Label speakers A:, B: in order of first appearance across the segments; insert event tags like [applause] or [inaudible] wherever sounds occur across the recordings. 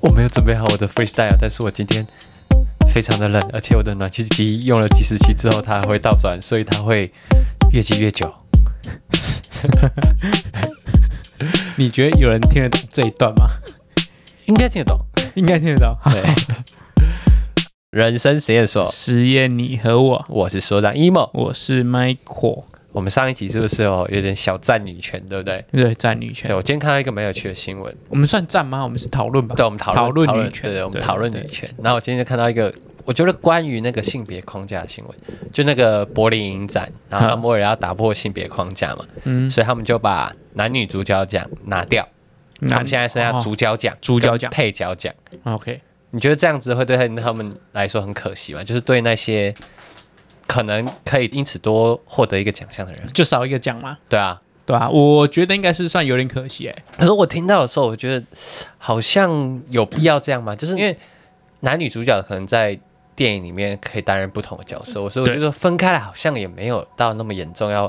A: 我没有准备好我的 freestyle，但是我今天非常的冷，而且我的暖气机用了几十期之后，它会倒转，所以它会越积越久。
B: [laughs] 你觉得有人听得懂这一段吗？
A: 应该听得懂，
B: 应该听得懂。
A: 对。人生实验所，
B: 实验你和我，
A: 我是所长 emo。
B: 我是 Michael，
A: 我们上一集是不是有有点小占女权，对不对？
B: 对，占女
A: 对，
B: 权。
A: 我今天看到一个蛮有趣的新闻，
B: 我们算占吗？我们是讨论吧？
A: 对，我们讨论
B: 讨论女权
A: 对，我们
B: 对
A: 讨论
B: 对
A: 女权。然后我今天就看到一个，我觉得关于那个性别框架的新闻，就那个柏林影展，然后他们为了要打破性别框架嘛，
B: 嗯，
A: 所以他们就把男女主角奖拿掉，他
B: 那
A: 们现在剩下主角奖、
B: 嗯哦主角奖
A: 跟配角奖。
B: OK，
A: 你觉得这样子会对他们来说很可惜吗？就是对那些可能可以因此多获得一个奖项的人，
B: 就少一个奖嘛，
A: 对啊。
B: 对吧、我觉得应该是算有点可惜哎、
A: 可是我听到的时候，我觉得好像有必要这样吗？就是因为男女主角可能在电影里面可以担任不同的角色，所以我
B: 对
A: 觉得分开来好像也没有到那么严重要。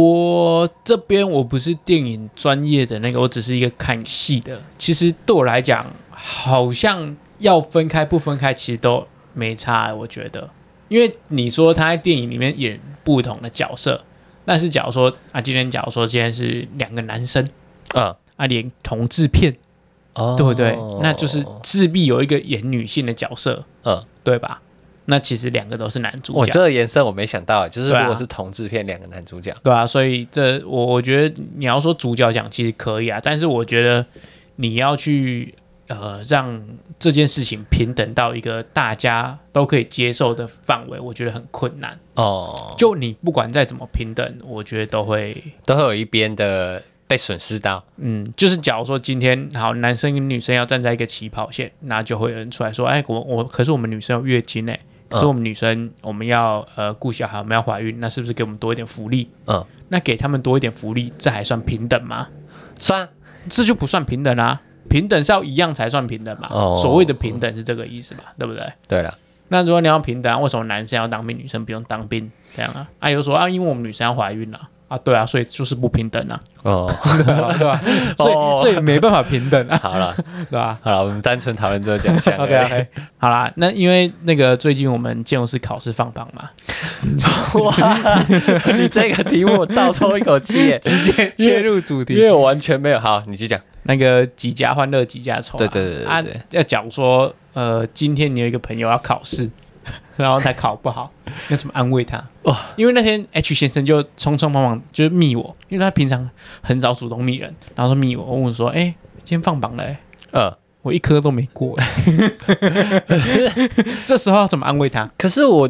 B: 我这边我不是电影专业的那个，我只是一个看戏的。其实对我来讲，好像要分开不分开，其实都没差、我觉得，因为你说他在电影里面演不同的角色，但是假如说啊，今天假如说今天是两个男生
A: 嗯，
B: 啊，演同志片，
A: 哦
B: 对不对？那就是势必有一个演女性的角色，
A: 嗯，
B: 对吧？那其实两个都是男主角。
A: 我哦这个延伸我没想到，就是
B: 对啊
A: 如果是同志片，两个男主角，
B: 对啊，所以这我我觉得你要说主角奖其实可以啊，但是我觉得你要去呃让这件事情平等到一个大家都可以接受的范围，我觉得很困难。
A: 哦，
B: 就你不管再怎么平等，我觉得都会
A: 都会有一边的被损失到。
B: 嗯，就是假如说今天好男生跟女生要站在一个起跑线，那就会有人出来说，哎，我我可是我们女生有月经哎、
A: 嗯
B: 可是我们女生我们要呃顾小孩，我们要怀孕，那是不是给我们多一点福利？
A: 嗯，
B: 那给他们多一点福利，这还算平等吗？
A: 算啊
B: 这就不算平等啊，平等是要一样才算平等嘛。
A: 哦
B: 所谓的平等是这个意思嘛，对不对？
A: 对了，
B: 那如果你要平等、啊，为什么男生要当兵，女生不用当兵？这样啊？啊，有说啊，因为我们女生要怀孕了啊对啊，所以就是不平等 [laughs] 啊，
A: 哦，
B: 对吧？所以、
A: 哦
B: 所以没办法平等 [laughs] 啊，
A: [laughs] 好了，
B: 对吧、
A: 好了，我们单纯讨论这个奖 [laughs] 项。
B: OK OK，好啦，那因为那个最近我们建筑师考试放榜嘛，
A: [laughs] 哇，你这个题目我倒抽一口气 [laughs] 耶，
B: 直接切入主
A: 因
B: 题，
A: 为我完全没有。好，你去讲。
B: 那个几家欢乐几家愁、啊，
A: 对对对对对
B: 啊，要讲说，呃，今天你有一个朋友要考试， [laughs] 然后他考不好，要怎么安慰他？哇！因为那天 H 先生就匆匆忙忙就是密我，因为他平常很少主动密人，然后说密我，我问我说，哎、今天放榜了、欸，
A: 嗯，
B: 我一科都没过、欸， [laughs] 这时候要怎么安慰他？
A: 可是我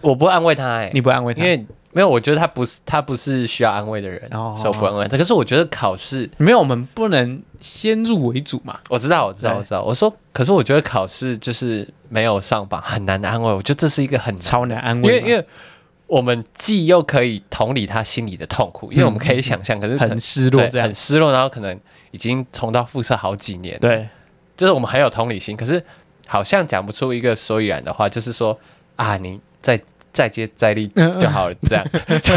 A: 我不安慰他哎，
B: 你不安慰他，
A: 因为没有，我觉得他不是他不是需要安慰的人，
B: 哦
A: 所以我不安慰他。可是我觉得考试，
B: 没有，我们不能先入为主嘛。
A: 我知道，我知道，
B: 对
A: 我知道。我说，可是我觉得考试就是没有上榜很难安慰，我觉得这是一个很难，
B: 超难安
A: 因
B: 慰
A: 为
B: 嘛，
A: 因为。我们既又可以同理他心里的痛苦，因为我们可
B: [laughs]
A: 以想象，可是可能
B: 很失落
A: 对
B: 这样
A: 很。失落，然后可能已经重蹈覆辙好几年。，
B: 对，
A: 就是我们很有同理心，可是好像讲不出一个所以然的话，就是说啊，你再再接再厉
B: 嗯
A: 就好了，这样， [laughs] 就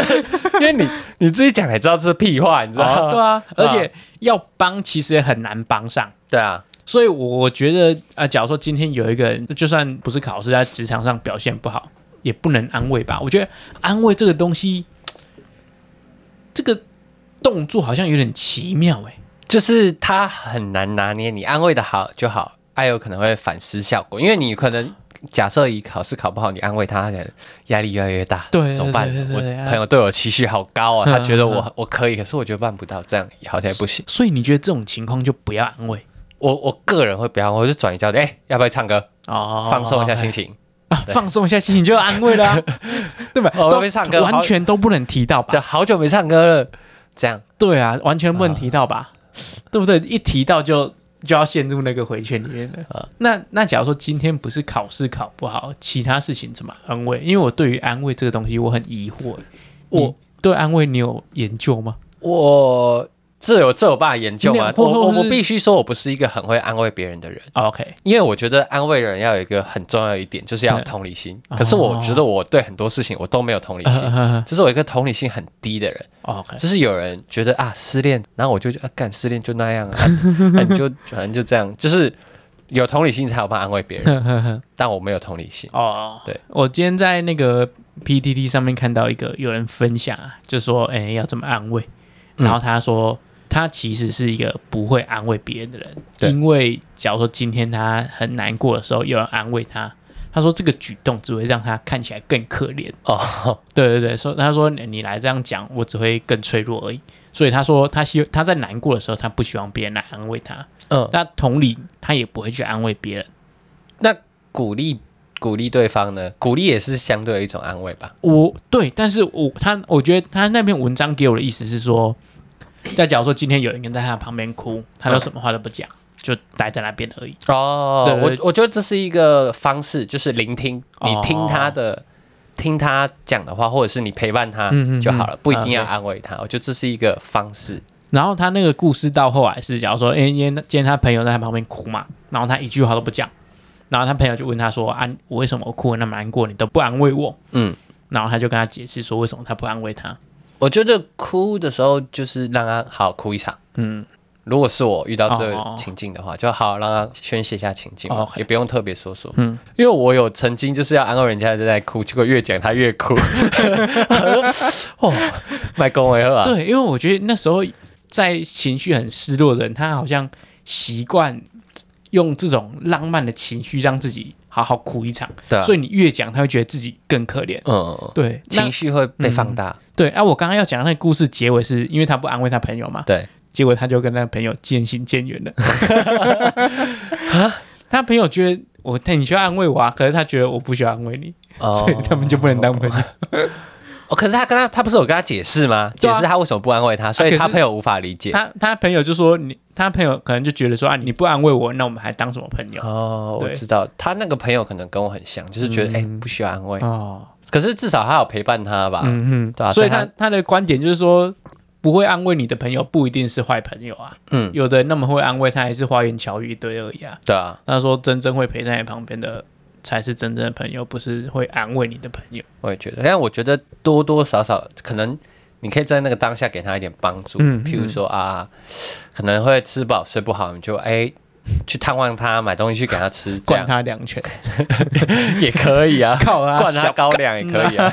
A: 是因为你你自己讲才知道这是屁话，你知道
B: 哦
A: 吗？[laughs]
B: 对啊，而且
A: 啊
B: 要帮其实也很难帮上。
A: 对啊，
B: 所以我觉得啊、假如说今天有一个人，就算不是考试，在职场上表现不好，也不能安慰吧？我觉得安慰这个东西，这个动作好像有点奇妙哎、
A: 就是他很难拿捏，你安慰的好就好，爱有可能会反失效果，因为你可能。假设以考试考不好，你安慰他，他可能压力越来越大，
B: 对对对
A: 怎么办？
B: 对对
A: 我
B: 对啊
A: 朋友对我期许好高啊，
B: 嗯
A: 他觉得我、
B: 嗯
A: 我可以，可是我觉得办不到，这样好像也不行。
B: 所以你觉得这种情况就不要安慰
A: 我我个人会比较，我就转移焦点，哎、要不要唱歌，
B: 哦
A: 放松一下心情？
B: 啊，
A: 对
B: 放松一下心情就安
A: [laughs]
B: 慰啦、对吧？
A: 哦
B: 都
A: 被唱歌
B: 完全都不能提到吧
A: 这？好久没唱歌了，这样
B: 对啊，完全不能提到吧？对不对？一提到就就要陷入那个回圈里面了。那那假如说今天不是考试考不好，其他事情怎么安慰？因为我对于安慰这个东西我很疑惑。
A: 我
B: 你对安慰你有研究吗？
A: 我这有这有办法研究吗？
B: 那或
A: 我我
B: 或是
A: 我必须说，我不是一个很会安慰别人的人，
B: 哦 OK，
A: 因为我觉得安慰人要有一个很重要一点，就是要有嗯
B: 对
A: 同理心。
B: 哦
A: 可是我觉得我对很多事情我都没有同理
B: [laughs]
A: 心，就是我一个同理心很低的人。
B: OK，
A: 就是有人觉得啊失恋，然后我就觉得啊干失恋就那样 [laughs] 啊，啊你就反正就这样，就是有同理心才有办法安慰别人， [laughs] 但我没有同理心。
B: 哦，
A: 对，
B: 我今天在那个 PTT 上面看到一个有人分享啊，就说哎、要怎么安慰，
A: 嗯
B: 然后他说。他其实是一个不会安慰别人的人，
A: 对
B: 因为假如说今天他很难过的时候，有人安慰他，他说这个举动只会让他看起来更可怜。
A: 哦，
B: 对对对，说他说你你来这样讲，我只会更脆弱而已。所以他说他希他在难过的时候，他不希望别人来安慰他。
A: 嗯，
B: 那同理，他也不会去安慰别人。
A: 鼓励鼓励对方呢，鼓励也是相对的一种安慰吧。
B: 我对，但是我他我觉得他那篇文章给我的意思是说，在假如说今天有人跟在他旁边哭，他都什么话都不讲，就待在那边而已。
A: 哦
B: 对对
A: 我我觉得这是一个方式，就是聆听，你
B: 哦
A: 听他的，听他讲的话，或者是你陪伴他
B: 嗯嗯嗯
A: 就好了，不一定要
B: 啊
A: 安慰他。我觉得这是一个方式。
B: 然后他那个故事到后来是，假如说，哎、今天今天他朋友在他旁边哭嘛，然后他一句话都不讲，然后他朋友就问他说，啊，我为什么我哭得那么难过，你都不安慰我？
A: 嗯，
B: 然后他就跟他解释说，为什么他不安慰他？
A: 我觉得哭的时候就是让他好哭一场。
B: 嗯，
A: 如果是我遇到这
B: 哦哦
A: 个
B: 哦
A: 情境的话，就好让他宣泄一下情境嘛，
B: 哦，OK
A: 也不用特别说说。
B: 嗯
A: 因为我有曾经就是要安慰人家就在哭，结果越讲他越哭。哦，麦公维赫啊，
B: 对，因为我觉得那时候在情绪很失落的人，他好像习惯用这种浪漫的情绪让自己好好哭一场，
A: 对啊，
B: 所
A: 以
B: 以你越讲，他会觉得自己更可怜。
A: 嗯，
B: 对，那
A: 情绪会被放大。
B: 对，啊，我刚刚要讲的那个故事结尾是因为他不安慰他朋友嘛， [laughs]
A: 对，
B: 结果他就跟那个朋友渐行
A: [laughs]
B: 渐远了。 [laughs] 他朋友觉得我，他你需要安慰我啊，可是他觉得我不需要安慰你，
A: 哦
B: 所以他们就不能当朋友。
A: 哦，可是他跟他他不是有跟他解释吗？
B: 对
A: 解
B: 啊
A: 释他为什么不安慰他，所
B: 啊可
A: 以
B: 是
A: 他朋友无法理解。
B: 他他朋友就说你，他朋友可能就觉得说啊，你不安慰我，那我们还当什么朋友？
A: 哦，我
B: 对嗯
A: 知道，他那个朋友可能跟我很像，就是觉得哎、不需要安慰，
B: 哦，
A: 可是至少他有陪伴他吧。
B: 嗯
A: 对啊
B: 哼，所
A: 所
B: 以
A: 以他
B: 他他的观点就是说，不会安慰你的朋友不一定是坏朋友啊，
A: 嗯，
B: 有的人那么会安慰他，还是花言巧语一堆而已啊。
A: 对啊，
B: 他说，真正会陪在你旁边的才是真正的朋友，不是会安慰你的朋友。
A: 我也觉得，但我觉得多多少少可能你可以在那个当下给他一点帮助，
B: 嗯
A: 譬如说啊，可能会吃不饱睡不好，你就哎、去探望他，买东西去给他
B: [laughs]
A: 吃，这
B: 灌
A: 样
B: 他两拳，。
A: 也可以啊
B: [laughs] 靠
A: [laughs]
B: 啊
A: 灌他高粱也可
B: [laughs]
A: 以啊，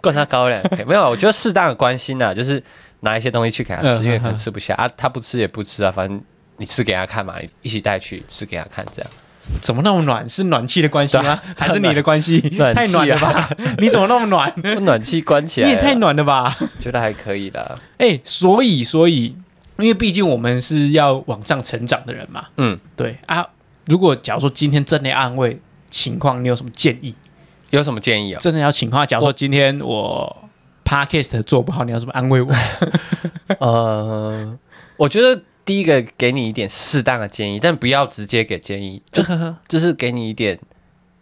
A: 灌他高粱也可以没有啊，我觉得适当的关心呐、啊，就是拿一些东西去给他吃，
B: 嗯
A: 因为可能吃不下啊，他不吃也不吃啊，反正你吃给他看嘛，你一起带去吃给他看，这样
B: 怎么那么暖？是暖气的关
A: [laughs]
B: 系
A: 对啊
B: 吗？还是你的关系？
A: [laughs] 暖
B: 太
A: 气啊
B: 暖了吧？
A: [laughs]
B: 你怎么那么 [laughs] 暖？
A: 暖气关起
B: 你
A: 来了，[laughs]
B: 也太暖了吧？
A: 觉得还可以啦。
B: 哎、所以所以，因为毕竟我们是要往上成长的人嘛，
A: 嗯，
B: 对啊。如果假如说今天真的安慰情况，你有什么建议？
A: 有什么建议哦？
B: 真的要情况，假如说今天我 podcast 做不好，你要怎么安慰我？
A: 呃，我觉得第一个给你一点适当的建议，但不要直接给建议，
B: [laughs]
A: 就就是给你一点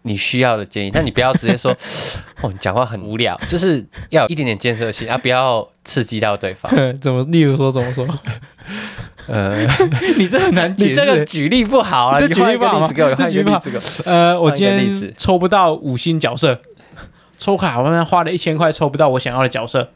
A: 你需要的建议，但你不要直接说 [laughs] 哦，你讲话很无聊，就是要有一点点建设性啊，不要刺激到对方。
B: [laughs] 怎么？例如说怎么说？
A: 呃，
B: [laughs] 你这很难解
A: [laughs] 你
B: 释。
A: 这个举例不好啊，
B: 这
A: 你换一个
B: 举例不好
A: 例
B: 吗
A: 子给我，换一
B: 这
A: 个
B: 举例不
A: 例
B: 好
A: 子给我。
B: 呃，我
A: 换一
B: 今
A: 个例子
B: 天抽不到五星角色，抽卡我们花了一千块抽不到我想要的角色，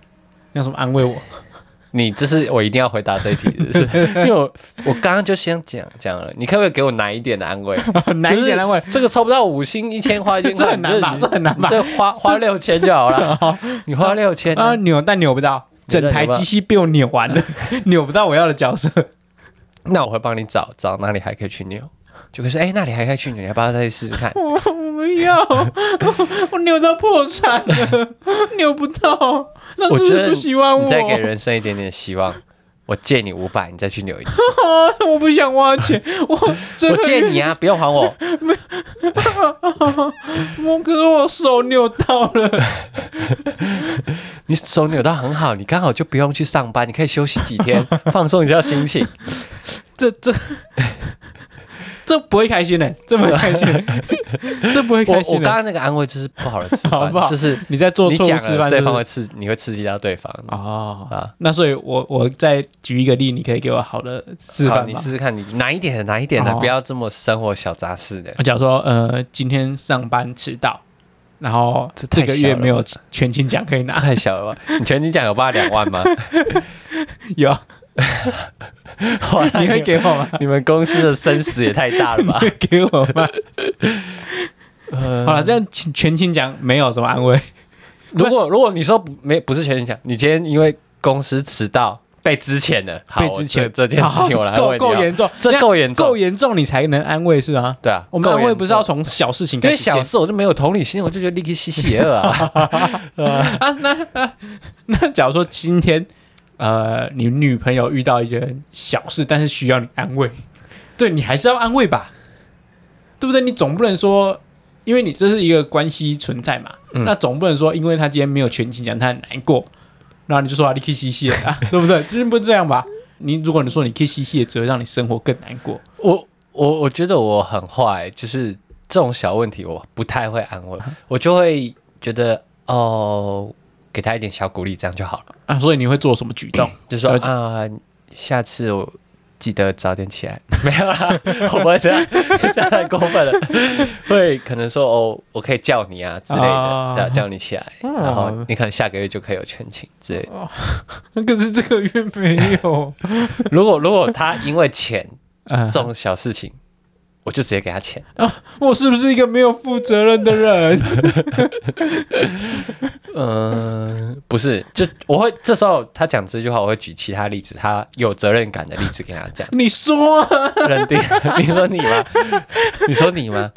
B: 你有什么安慰我？ [laughs]
A: 你这是我一定要回答这一题，是不是因为我我刚刚就先讲讲了，你可不可以给我难一点的安慰？
B: 难一点安慰。
A: 这个抽不到五星一千花一千
B: [laughs] 这
A: 块，
B: 很难吧
A: 你就
B: 这很
A: [laughs]
B: 难吧
A: 你就花花六千就 [laughs] 好了，你花六千
B: 啊，扭但扭不到，
A: 扭
B: 整
A: 到
B: 台
A: 扭不到
B: 机器被我扭完了， [laughs] 扭不到我要的角色。
A: 那我会帮你找找哪里还可以去扭。就会说，哎、那里还可以去扭，你要不要再去试试看？
B: [laughs] 我我不要， [laughs] 我扭到破产了， [laughs] 扭不到，那
A: 我
B: 是不
A: 觉
B: 是
A: 得
B: 不喜欢我？
A: 你再
B: [laughs]
A: 给人生一点点希望，我借你五百，你再去扭一次。
B: 啊我不想花钱， [laughs] 我真
A: 我
B: 的
A: 借你啊，不用还我。
B: 我可是我手扭到了，
A: 你手扭到很好，你刚好就不用去上班， [laughs]
B: [laughs]
A: 你可以休息几天，放松一下心情。
B: 这这这不会开心呢、这不会开心，这不会
A: 我
B: [laughs] 开
A: 我
B: 心
A: 刚
B: 的。
A: 刚那个安慰就是不好的示
B: 好
A: 范
B: 不，好
A: 就是
B: [laughs] 你在做
A: 你
B: 错误
A: 讲
B: 示范
A: 了，
B: 是
A: 对
B: 不
A: 方
B: 是，
A: 会刺，你会刺激到对方
B: 哦。
A: 啊。
B: 那所以我，我再举一个例，你可以给我好的示
A: 好，
B: 范
A: 你
B: 吗？
A: 试试看，你哪一点的哪一点的，
B: 哦
A: 不要这么生活小杂事的。
B: 假如说，呃，今天上班迟到，然后
A: 这
B: 这
A: 太
B: 个
A: 小
B: 月
A: 了
B: 没有
A: 吧
B: 全勤奖可以拿，
A: 太小了吧？ [laughs] 你全勤奖有八两万吗？
B: [laughs] 有啊
A: 哇
B: 你会给我吗？
A: 你们公司的生死也太大 [laughs] 了吧？
B: [laughs] 给我吗？
A: 呃
B: 好了，这样全全勤奖没有什么安慰，
A: 如果如果你说不没不是全勤奖，你今天因为公司迟到被支遣了，好
B: 被之前
A: 这这件事情我来
B: 够
A: 问
B: 够
A: 你啊，
B: 严重，
A: 这够严重
B: 够，严重，你才能安慰是吗？
A: 对啊，
B: 我们
A: 够
B: 安
A: 严
B: 慰不是要
A: 重
B: 从小事情
A: 因
B: 开
A: 为
B: 始先，
A: 小事我就没有同理心，我就觉得立刻嘻嘻也恶
B: [laughs]
A: 啊，
B: 那假如说今天，呃，你女朋友遇到一件小事，但是需要你安慰，对你还是要安慰吧，对不对？你总不能说，因为你这是一个关系存在嘛，
A: 嗯
B: 那总不能说，因为他今天没有全勤奖，他很难过，然后你就说啊，你 K 嘻嘻了 [laughs] 啊，对不对？就是不是这样吧？你如果你说你 K 嘻嘻了，只会让你生活更难过。
A: 我我我觉得我很坏，就是这种小问题我不太会安慰，
B: 啊
A: 我就会觉得哦，给他一点小鼓励，这样就好了，
B: 啊，所以你会做什么举动？
A: 就说
B: 了解
A: 啊，下次我。记得早点起来， [laughs] 没有啦，我不会这样，这样太过分了。会可能说哦，我可以叫你啊之类的
B: 啊，
A: 对啊叫你起来，然后你可能下个月就可以有全勤之类的。
B: [laughs] 可是这个月没有，
A: 如果如果他因为钱
B: [laughs] 啊
A: 这种小事情，我就直接给他钱。
B: 我是不是一个没有负责任的人？，
A: 嗯、不是，就我会这时候他讲这句话，我会举其他例子，他有责任感的例子给他讲
B: [laughs] 你说、啊。
A: 认定。 [laughs] 你说你吗？你说你
B: [laughs]
A: 吗？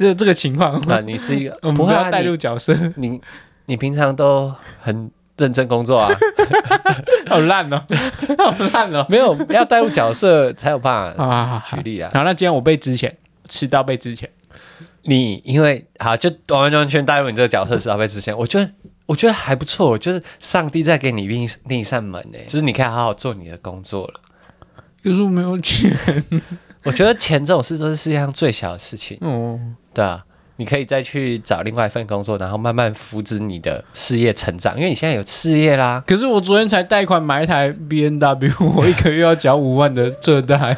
B: 这这个情况，
A: 啊，你是一个
B: 我们
A: 不
B: 呃不
A: 会
B: 要
A: 啊，
B: 带入
A: 你
B: 角色， [laughs]
A: 你你平常都很认真工作啊， [laughs]
B: 好烂哦， [laughs] 好烂哦
A: 没有要带入角色才有办法
B: 啊！
A: 举例啊。
B: 好，那既然我被之前迟到被之前，
A: 你因为好，就完完全全带入你这个角色是阿贝之前，我觉得我觉得还不错，就是上帝在给你另一另一扇门呢，欸就是你可以好好做你的工作了。
B: 可是我没有钱
A: 我觉得钱这种事都是世界上最小的事情，
B: 哦，
A: 对啊，你可以再去找另外一份工作，然后慢慢扶植你的事业成长，因为你现在有事业啦，
B: 可是我昨天才贷款买一台 B N W，我 [laughs] 一个月要缴五万的车贷，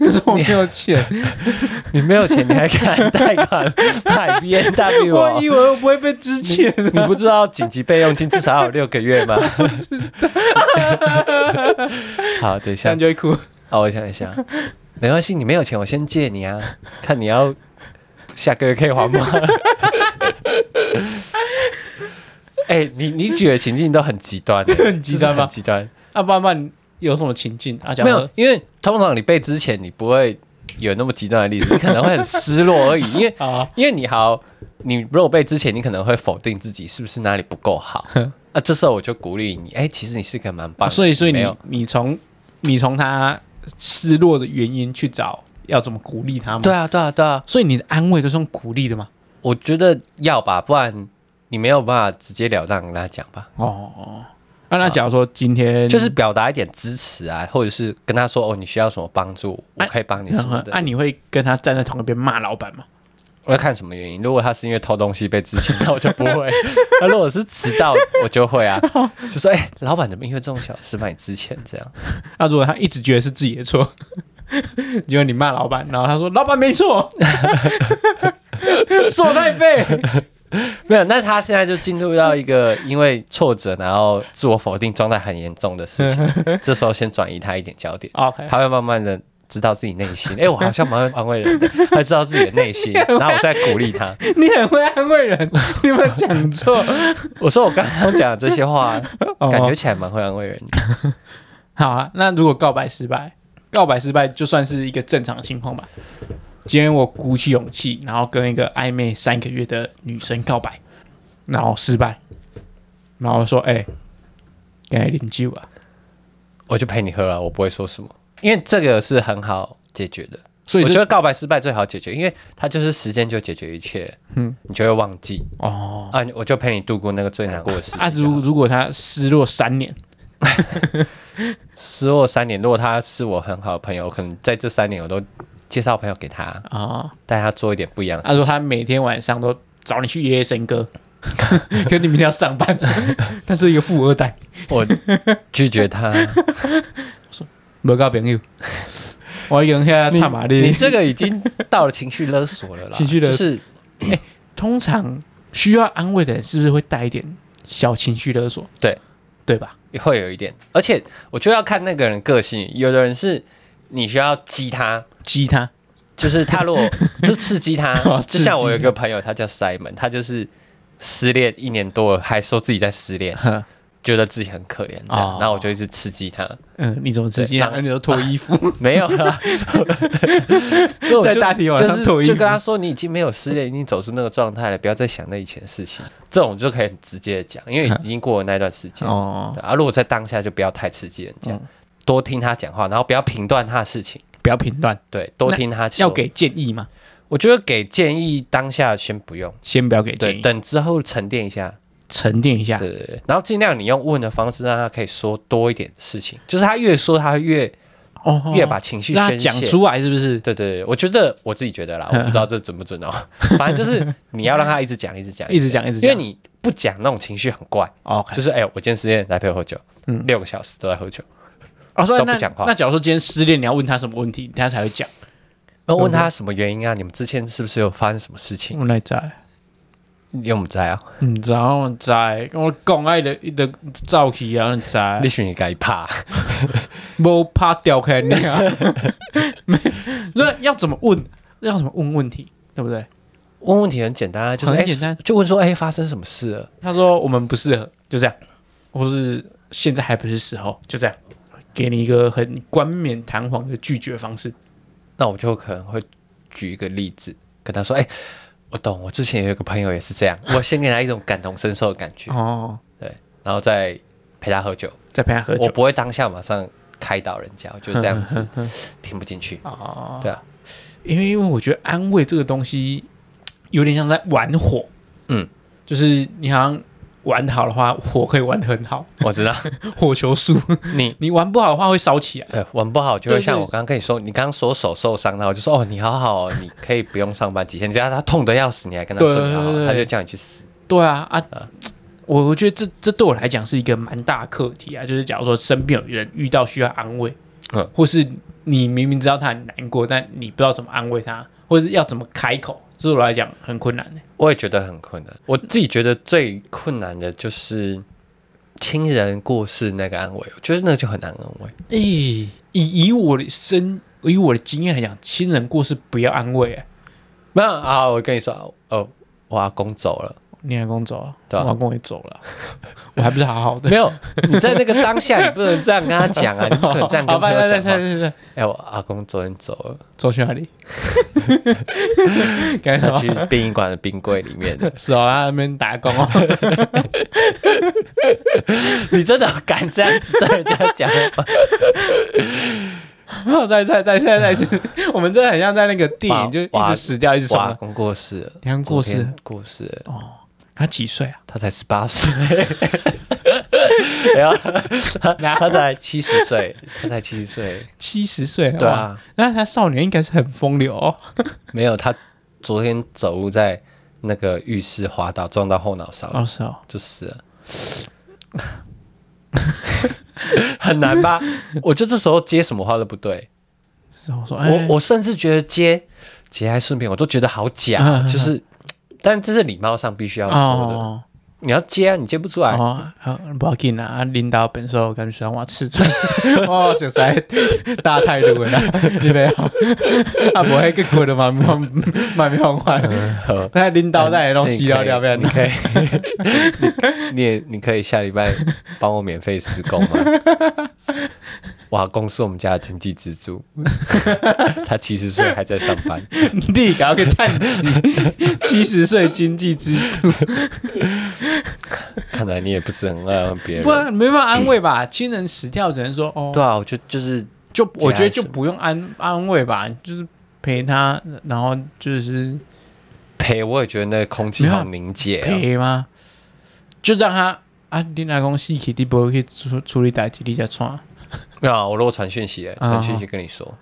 B: 可是我没有 [laughs] 钱，
A: 你没有钱你还敢 [laughs] 贷款买 B N W？哦
B: 我以为我不会被之
A: [laughs]
B: 前，
A: 你不知道紧急备用金至少要有六个月吗？ [laughs] 好，等一
B: 这
A: 下
B: 样，就会哭。
A: 哦，我想一下，没关系，你没有钱，我先借你啊，看你要下个月可以还吗？ [laughs] 哎、你你举的情境都很极端欸，
B: 很极
A: 就
B: 端吗
A: 是很极端，
B: [laughs] 啊，爸爸你有什么情境？啊，假
A: 没
B: 如
A: 有，因为通常你被之前，你不会有那么极端的例子，你可能会很失落而已，因为
B: 啊，
A: 因为你好，你如果被之前，你可能会否定自己是不是哪里不够
B: [laughs]
A: 好，啊，这时候我就鼓励你，哎、其实你是个蛮棒的，
B: 啊所以所以
A: 没
B: 你
A: 有，
B: 你从你从他失落的原因去找要怎么鼓励他吗？
A: 对啊，对啊，对啊，
B: 所以你的安慰都是用鼓励的吗？
A: 我觉得要吧，不然你没有办法直截了当跟他讲吧，
B: 哦，啊，那假如说今天
A: 就是表达一点支持啊，或者是跟他说哦，你需要什么帮助，我可以帮你什么的。
B: 啊，你会跟他站在同一边骂老板吗？
A: 我要看什么原因，如果他是因为偷东西被之前，那我就不
B: [laughs]
A: 会；那如果是迟到，我就会啊，就说哎、老板怎么因为这种小事把你之前这样？
B: 那、如果他一直觉得是自己的错， [laughs] 结果你骂老板，然后他说老板
A: [laughs]
B: 没错， [laughs] 是我太废。
A: 没有，那他现在就进入到一个因为挫折然后自我否定状态很严重的事
B: [laughs]
A: 情，这时候先转移他一点焦点。
B: OK，
A: 他会慢慢的知道自己内心，哎、我好像蛮会安慰人的，他知道自己的内
B: [laughs]
A: 心，然后我再鼓励他。
B: 你很会安慰人，你有没有讲错？
A: 我说我刚刚讲的这些话，感觉
B: [laughs] 哦
A: 起来蛮会安慰人的。
B: 好啊。那如果告白失败，告白失败就算是一个正常的情况吧。今天我鼓起勇气，然后跟一个暧昧三个月的女生告白，然后失败，然后说：“哎、欸，该领酒啊。”
A: 我就陪你喝啊，我不会说什么，因为这个是很好解决的。
B: 所以
A: 我
B: 就
A: 觉得告白失败最好解决，因为它就是时间就解决一切，嗯，你就会忘记
B: 哦
A: 啊，我就陪你度过那个最难过的时
B: 啊，
A: 间就好。
B: 如如果他失落三年，
A: 失落三年，如果他是我很好的朋友，我可能在这三年我都介绍朋友给他，
B: 啊。
A: 带他做一点不一样的
B: 他
A: 事
B: 说
A: 情。
B: 他每天晚上都找你去夜夜笙歌，可你明天要上班，他是一个富二代，
A: 我拒绝他，
B: 没交朋友。我一个人在那
A: 你
B: 唱马
A: 你
B: 力，
A: 这个已经到了情绪勒索了啦，
B: [laughs] 情绪勒
A: 就
B: 索
A: 是
B: 通常需要安慰的人是不是会带一点小情绪勒索？
A: 对，
B: 对吧？
A: 会有一点，而且我就要看那个人个性，有的人是你需要激他。
B: 激他，
A: 就是他
B: [laughs]
A: 如果就刺激他
B: 哦，
A: 就
B: 刺
A: 像
B: 激
A: 我有一个朋友，他叫 Simon，他就是失恋一年多了，还说自己在失恋，
B: 哼
A: 觉得自己很可怜这
B: 哦
A: 样，然后我就一直刺激他，
B: 嗯，你怎么直接
A: 对
B: 啊？你都脱衣服，
A: 没有啦，因为我就
B: [laughs] 在大庭晚上
A: 就是
B: 脱衣服
A: 就跟他说你已经没有失恋，已经走出那个状态了，不要再想那以前的事情，这种就可以很直接的讲，因为已经过了那段时间。
B: 嗯哦，
A: 对啊，如果在当下就不要太刺激人家
B: 嗯，
A: 多听他讲话，然后不要评断他的事情，
B: 不要评断，
A: 对，多听他说
B: 要，给建议嘛，
A: 我觉得给建议当下先不用。
B: 先不要给
A: 对
B: 建，议，
A: 等之后沉淀一下，
B: 沉淀一下
A: 对。对对，然后尽量你用问的方式，让他可以说多一点事情，就是他越说，他会越
B: 哦
A: 越把情绪
B: 让他
A: 宣
B: 讲
A: 泄。
B: 出来，是不是？
A: 对对对，我觉得我自己觉得
B: [laughs]
A: 啦，我不知道这准不准哦，反正就是你要让他一直讲，一直讲，
B: 一直讲，一直
A: 因
B: 讲。哦
A: 为你不讲那种情绪很怪，
B: OK，
A: 就是哎、我今天失恋来陪我喝酒，
B: 嗯
A: 六个小时都在喝酒，
B: 哦，所以
A: 都不
B: 那
A: 讲话
B: 那假如说今天失恋，你要问他什么问题，他才会讲。嗯
A: 然后问他什么原因啊？你们之前是不是有发生什么事情？
B: 我哪在？
A: 因为我们在啊，
B: 唔嗯知道我在，我讲爱的的走去啊，你
A: 你
B: 知？
A: 许你该
B: [laughs]
A: 怕，
B: 无怕掉开你 [laughs] 啊？没，那要怎么问？要怎么问问题？对不对？
A: 问问题很简单啊，就是
B: 很
A: 哎
B: 简单
A: 就问说哎、发生什么事了？
B: 他说我们不适合，就这样，或是现在还不是时候，就这样，给你一个很冠冕堂皇的拒绝方式。
A: 那我就可能会举一个例子，跟他说：“哎、我懂，我之前有一个朋友也是这样，我先给他一种感同身受的感觉，
B: 哦，
A: 然后再陪他喝酒。
B: 再陪他喝
A: 我
B: 酒。嗯
A: 不会当下马上开导人家，我觉得这样
B: [laughs]
A: 子听不进去。
B: 哦，
A: 对啊，
B: 因为因为我觉得安慰这个东西有点像在玩火，
A: 嗯，
B: 就是你好像玩好的话，火可以玩得很好，
A: 我知道
B: 火球术；
A: 你
B: [laughs] 你玩不好的话会烧起来。
A: [laughs] 呃玩不好，就会
B: 对
A: 像
B: 对
A: 我刚刚跟你说，你刚刚说手受伤，然后我就说：哦，你好好、哦，你可以不用上班几天，只要他痛得要死，你还跟他说
B: 对
A: 你好好
B: 对对，
A: 他就叫你去死。
B: 对啊啊，我我觉得这这对我来讲是一个蛮大的课题啊，就是假如说身边有人遇到需要安慰，
A: 嗯
B: 或是你明明知道他很难过，但你不知道怎么安慰他，或是要怎么开口，这对我来讲很困难的、
A: 我也觉得很困难，我自己觉得最困难的就是亲人过世那个安慰，我觉得那个就很难安慰。
B: 咦，以以我的身以我的经验来讲，亲人过世不要安慰、欸，
A: 没有啊，我跟你说，哦，我阿公走了，
B: 你阿公走了，
A: 对啊
B: 我阿公也走了，我还不是好 [laughs] 好的。
A: 没有，你在那个当下，你不能这样跟他讲啊，你不可能这样
B: [laughs] 好
A: 跟
B: 吧，
A: 朋
B: 对
A: 友
B: 对
A: 讲话。
B: 对对，
A: 哎，我阿公昨天走 [laughs] 了，
B: 走去哪 [laughs] 里？该
A: 他
B: 去。
A: 去殡仪馆的冰柜里面的
B: 是哦，他在那边打工哦。
A: [laughs] 你真的敢这样子对人家讲 [laughs] 吗？
B: [laughs] 再再再再再次，我们真的很像在那个电影，就一
A: 哇
B: 直死掉，一直
A: 我
B: 什
A: 阿
B: 么。
A: 公过世了，哦
B: 你阿公过世了
A: 昨天过世了，
B: 他几岁啊？
A: 他才十八 [laughs] 岁。然后他他才七十岁，他才七十岁，
B: 七十岁。
A: 对
B: 哇，
A: 啊，
B: 那他少年应该是很风流哦。
A: 没有他昨天走路在那个浴室滑倒，撞到后脑勺，
B: 哦是哦，
A: 就死了， [laughs] 很难吧？我觉得这时候接什么话都不对，
B: 是哦我说哎
A: 我我甚至觉得接节哀顺变，我都觉得好假，
B: 嗯
A: 就是，但这是礼貌上必须要说的。
B: 哦
A: 你要接啊，你接不出来，
B: 哦，啊不要紧啦，啊领导本身我跟想我吃醋， [laughs] 哦实在大态度的啦， [laughs] 你没有，啊无迄结果的嘛，嘛嘛没办法。
A: 好
B: 那领导在拢死了
A: 那
B: 了
A: 你可以
B: 呗
A: 你？
B: [laughs]
A: 可以，你你也你可以下礼拜帮我免费施工吗？哇，公司我们家的经济支柱， [laughs] 他七十岁还在上班，
B: 你搞个叹气， [laughs] 七十岁经济支柱，
A: 看来你也不是很爱别人。
B: 不然没办法安慰吧？亲人死掉只能说哦，
A: 对啊，我就就是
B: 就我觉
A: 节哀
B: 得就
A: 顺
B: 不用安安慰吧，就是陪他，然后就是
A: 陪，我也觉得那个空气
B: 没有
A: 好凝结、啊。
B: 陪吗？就让他啊，你老公死去，你不会去处处理代志，你才创。
A: 没有啊，我如果传讯息、欸，传
B: 啊
A: 讯息跟你说，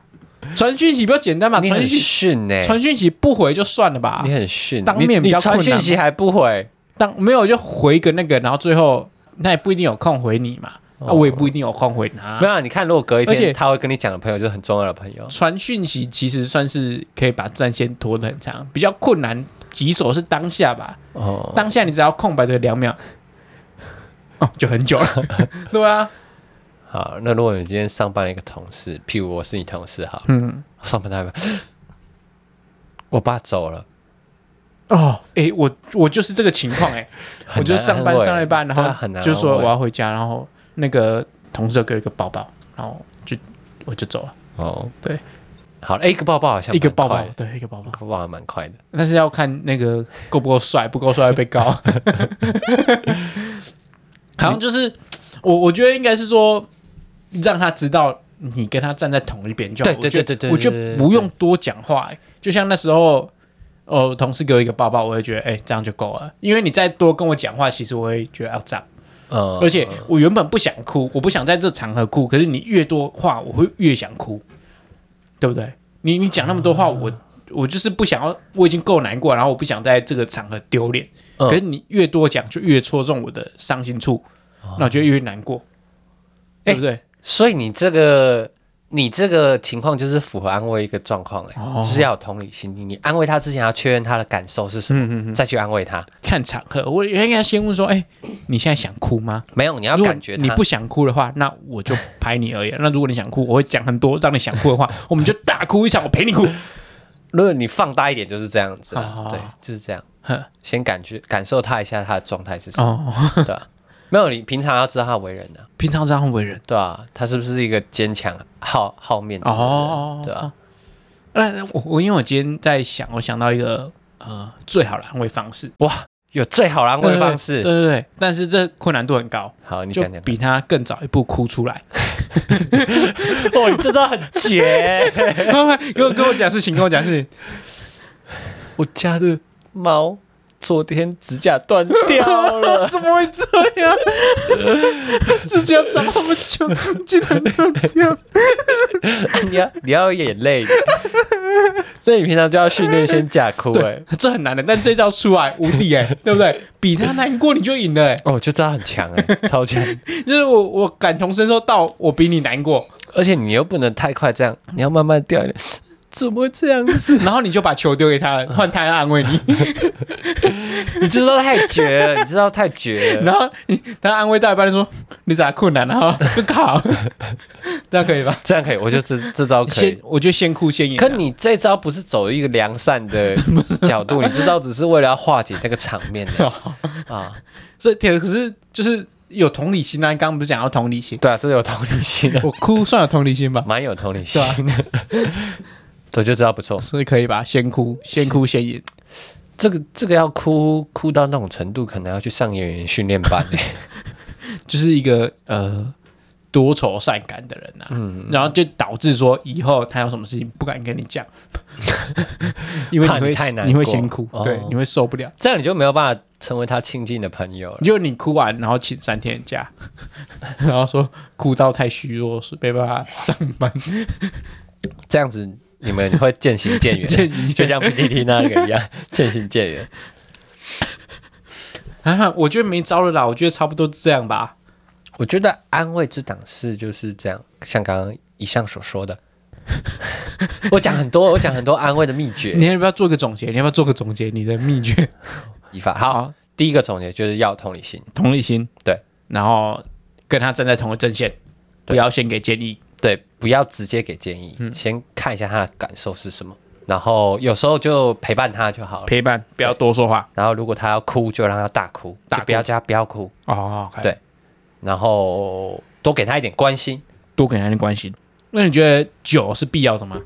B: 传讯息比较简单嘛，
A: 你
B: 啊传
A: 很
B: 讯息
A: 逊哎、
B: 传讯息不回就算了吧
A: 你，很逊，
B: 啊当面
A: 你
B: 比较
A: 你传
B: 困难
A: 讯息还不回，
B: 当没有就回个那个，然后最后那也不一定有空回你嘛，啊，
A: 哦
B: 我也不一定有空回他
A: 没。有啊、你看，如果隔一
B: 而且
A: 天他会跟你讲的朋友，就是很重要的朋友。
B: 传讯息其实算是可以把战线拖得很长，比较困难棘手是当下吧，
A: 哦，
B: 当下你只要空白的两秒，哦，就很久了。
A: [laughs]
B: 对啊，
A: 好，那如果你今天上班的一个同事，譬如我是你同事，好，
B: 嗯，
A: 上班代表， [gasps] 我爸走了，
B: 哦，哎、我我就是这个情况哎、我
A: 很
B: 就
A: 难
B: 上班
A: 安慰
B: 上了一半，然
A: 对啊很
B: 后
A: 难
B: 就说
A: 安
B: 我
A: 慰
B: 要回家，然后那个同事就给我一个抱抱，然后就我就走了，
A: 哦，
B: 对，
A: 好了，诶一个抱抱好像
B: 一个
A: 蛮
B: 抱
A: 快
B: 抱
A: 的，，
B: 对，一个抱抱。
A: 抱抱还蛮快的。
B: 但是要看那个够不够帅，不够帅会被告。
A: [laughs]
B: 好像就是我，我觉得应该是说让他知道你跟他站在同一边就好。
A: 对对
B: 我觉得
A: 对对对
B: 我觉
A: 对对
B: 得不用多讲话、欸就像那时候，哦，同事给我一个抱抱，我也觉得哎、欸这样就够了。因为你再多跟我讲话，其实我会觉得啊要脏。
A: 嗯，
B: 而且我原本不想哭，我不想在这场合哭，可是你越多话，我会越想哭，对不对？你你讲那么多话，我我就是不想要，我已经够难过，然后我不想在这个场合丢脸。
A: 嗯
B: 可是你越多讲，就越戳中我的伤心处，那我就越难过，对不对？
A: 所以你这个你这个情况就是符合安慰一个状况、欸，
B: 哦
A: 就是要有同理心。你你安慰他之前要确认他的感受是什么，
B: 嗯嗯嗯，
A: 再去安慰他。
B: 看场合，我应该先问说，哎，你现在想哭吗？
A: 没有，你要
B: 如果
A: 感觉他
B: 你不想哭的话，那我就拍你而已。啊那如果你想哭，我会讲很多让你想哭的话，我们就大哭一场，我陪你哭。
A: 如果你放大一点就是这样子啦，
B: 好好
A: 对
B: 好，
A: 就是这样
B: 呵。
A: 先感觉感受他一下他的状态是什么，
B: 哦， [laughs]
A: 对吧、没有，你平常要知道他为人啊，
B: 平常这样为人。
A: 对啊，他是不是一个坚强、好好面子的人，
B: 哦，
A: 对啊，
B: 那我我因为我今天在想，我想到一个呃最好的安慰方式，
A: 有最好的安慰方
B: 对
A: 式。
B: 对对，但是这困难度很高，
A: 好，你
B: 就
A: 讲讲。
B: 比他更早一步哭
A: [laughs]
B: 出来。
A: 哦，你这招很绝。
B: 跟我跟我讲事情，跟我讲事情，
A: [laughs] 我家的猫昨天指甲断掉了。
B: [laughs] 怎么会这样？ [laughs] 之前长那么久，竟然这样，
A: 你要你要有眼
B: [laughs]
A: 泪，那你平常就要训练先假哭哎、
B: 对， [laughs] 这很难的，但这招出来无敌哎、
A: [laughs]
B: 对不对？比他难过你就赢了哎、
A: 哦，我就知道很强哎、超强，
B: [laughs] 就是我我感同身受到我比你难过，
A: 而且你又不能太快这样，你要慢慢掉眼泪。 [laughs] 怎么会这样子？
B: [laughs] 然后你就把球丢给他
A: 嗯
B: 了，换他来安慰你。
A: 你知道太绝了，你知道太绝了。
B: 然后你他安慰到一半就说：“你咋困难？” [laughs] 然后就考，这样可以吧？
A: 这样可以，我就这这招可
B: 先
A: 以。
B: 我就先哭先赢啊。
A: 可你这招不是走一个良善的角度，你这招只是为了要化解那个场面的啊。
B: 这天可是就是有同理心啊！你刚刚不是讲到同理心？
A: 对啊，这有同理心
B: [laughs]
A: 的，
B: 我哭算有同理心吧？
A: 蛮有同理心的。 [laughs] 我就知道不错。
B: 所以可以吧？先哭，先哭先赢。
A: 这个这个要哭哭到那种程度，可能要去上演员训练班欸诶。
B: 就是一个呃多愁善感的人啊，
A: 嗯
B: 然后就导致说以后他有什么事情不敢跟你讲， [laughs] 因为
A: 嗯怕
B: 你
A: 你
B: 会
A: 太难
B: 你会
A: 过
B: 先哭，
A: 哦
B: 对，你会受不了。
A: 这样你就没有办法成为他亲近的朋友了。
B: 就你哭完，然后请三天的假， [laughs] 然后说哭到太虚弱，是没办法上班，
A: 这样子你们会渐行
B: [laughs]
A: 渐远，
B: 见
A: [laughs]
B: 你
A: 就像 PPT 那个一样， [laughs] 渐行渐远。
B: 啊，我觉得没招了啦，我觉得差不多这样吧。
A: 我觉得安慰这档事就是这样，像刚刚以上所说的， [laughs] 我讲很多，我讲很多安慰的秘诀
B: 你要不要做个总结？你要不要做个总结？你的秘 [laughs] 诀？
A: 以法。好，，第一个总结就是要同理心，
B: 同理心，
A: 对，
B: 然后跟他站在同一阵线，不要先给建议，
A: 对，不要直接给建议，
B: 嗯
A: 先看一下他的感受是什么，然后有时候就陪伴他就好了。
B: 陪伴，不要多说话。
A: 然后如果他要哭，就让他大哭，
B: 大
A: 大
B: 哭
A: 不要加不要哭，
B: 哦，
A: 对然后多给他一点关心。
B: 多给他一点关心。那你觉得酒是必要的吗？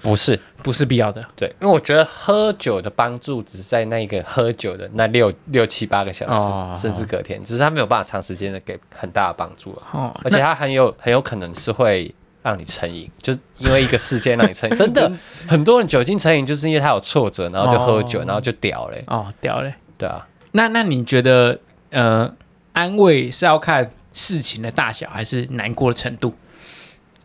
A: 不是，
B: 不是必要的。
A: 对，因为我觉得喝酒的帮助只是在那个喝酒的那六六七八个小时，
B: 哦
A: 甚至隔天，就是他没有办法长时间的给很大的帮助了，
B: 哦，
A: 而且他很有很有可能是会让你成瘾，就是因为一个事件让你
B: [laughs]
A: 成瘾。真的，很多人酒精成瘾就是因为他有挫折，然后就喝酒，
B: 哦
A: 然后就屌嘞，
B: 那哦，屌嘞。
A: 对啊，
B: 那那你觉得呃，安慰是要看事情的大小，还是难过的程度？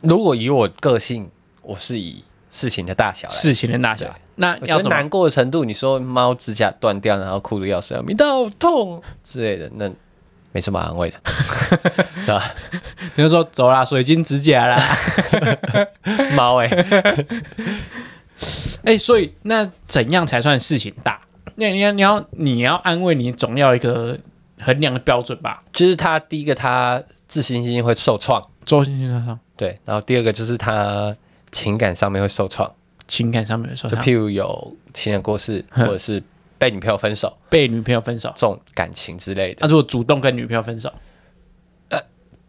A: 如果以我个性，我是以事情的大小来。
B: 事情的大小
A: 对。
B: 那
A: 我
B: 要
A: 觉得
B: 怎么？
A: 难过的程度，你说猫指甲断掉，然后哭的要死要命，到痛之类的，那没什么安慰的，是吧？
B: 你就说走啦，水晶指甲啦。 [laughs]
A: [laughs] 猫哎、
B: 哎，所以那怎样才算事情大？那你要你要你要安慰你，总要有一个衡量的标准吧？
A: 就是它第一个，它自信心会受创，
B: 周星星先生
A: 对，然后第二个就是它情感上面会受创，
B: 情感上面的受
A: 就
B: 伤，
A: 譬如有情人过世，或
B: 啊哼
A: 者是被女朋友分手
B: 被女朋友分手。
A: 这种感情之类的，
B: 那如果主动跟女朋友分手，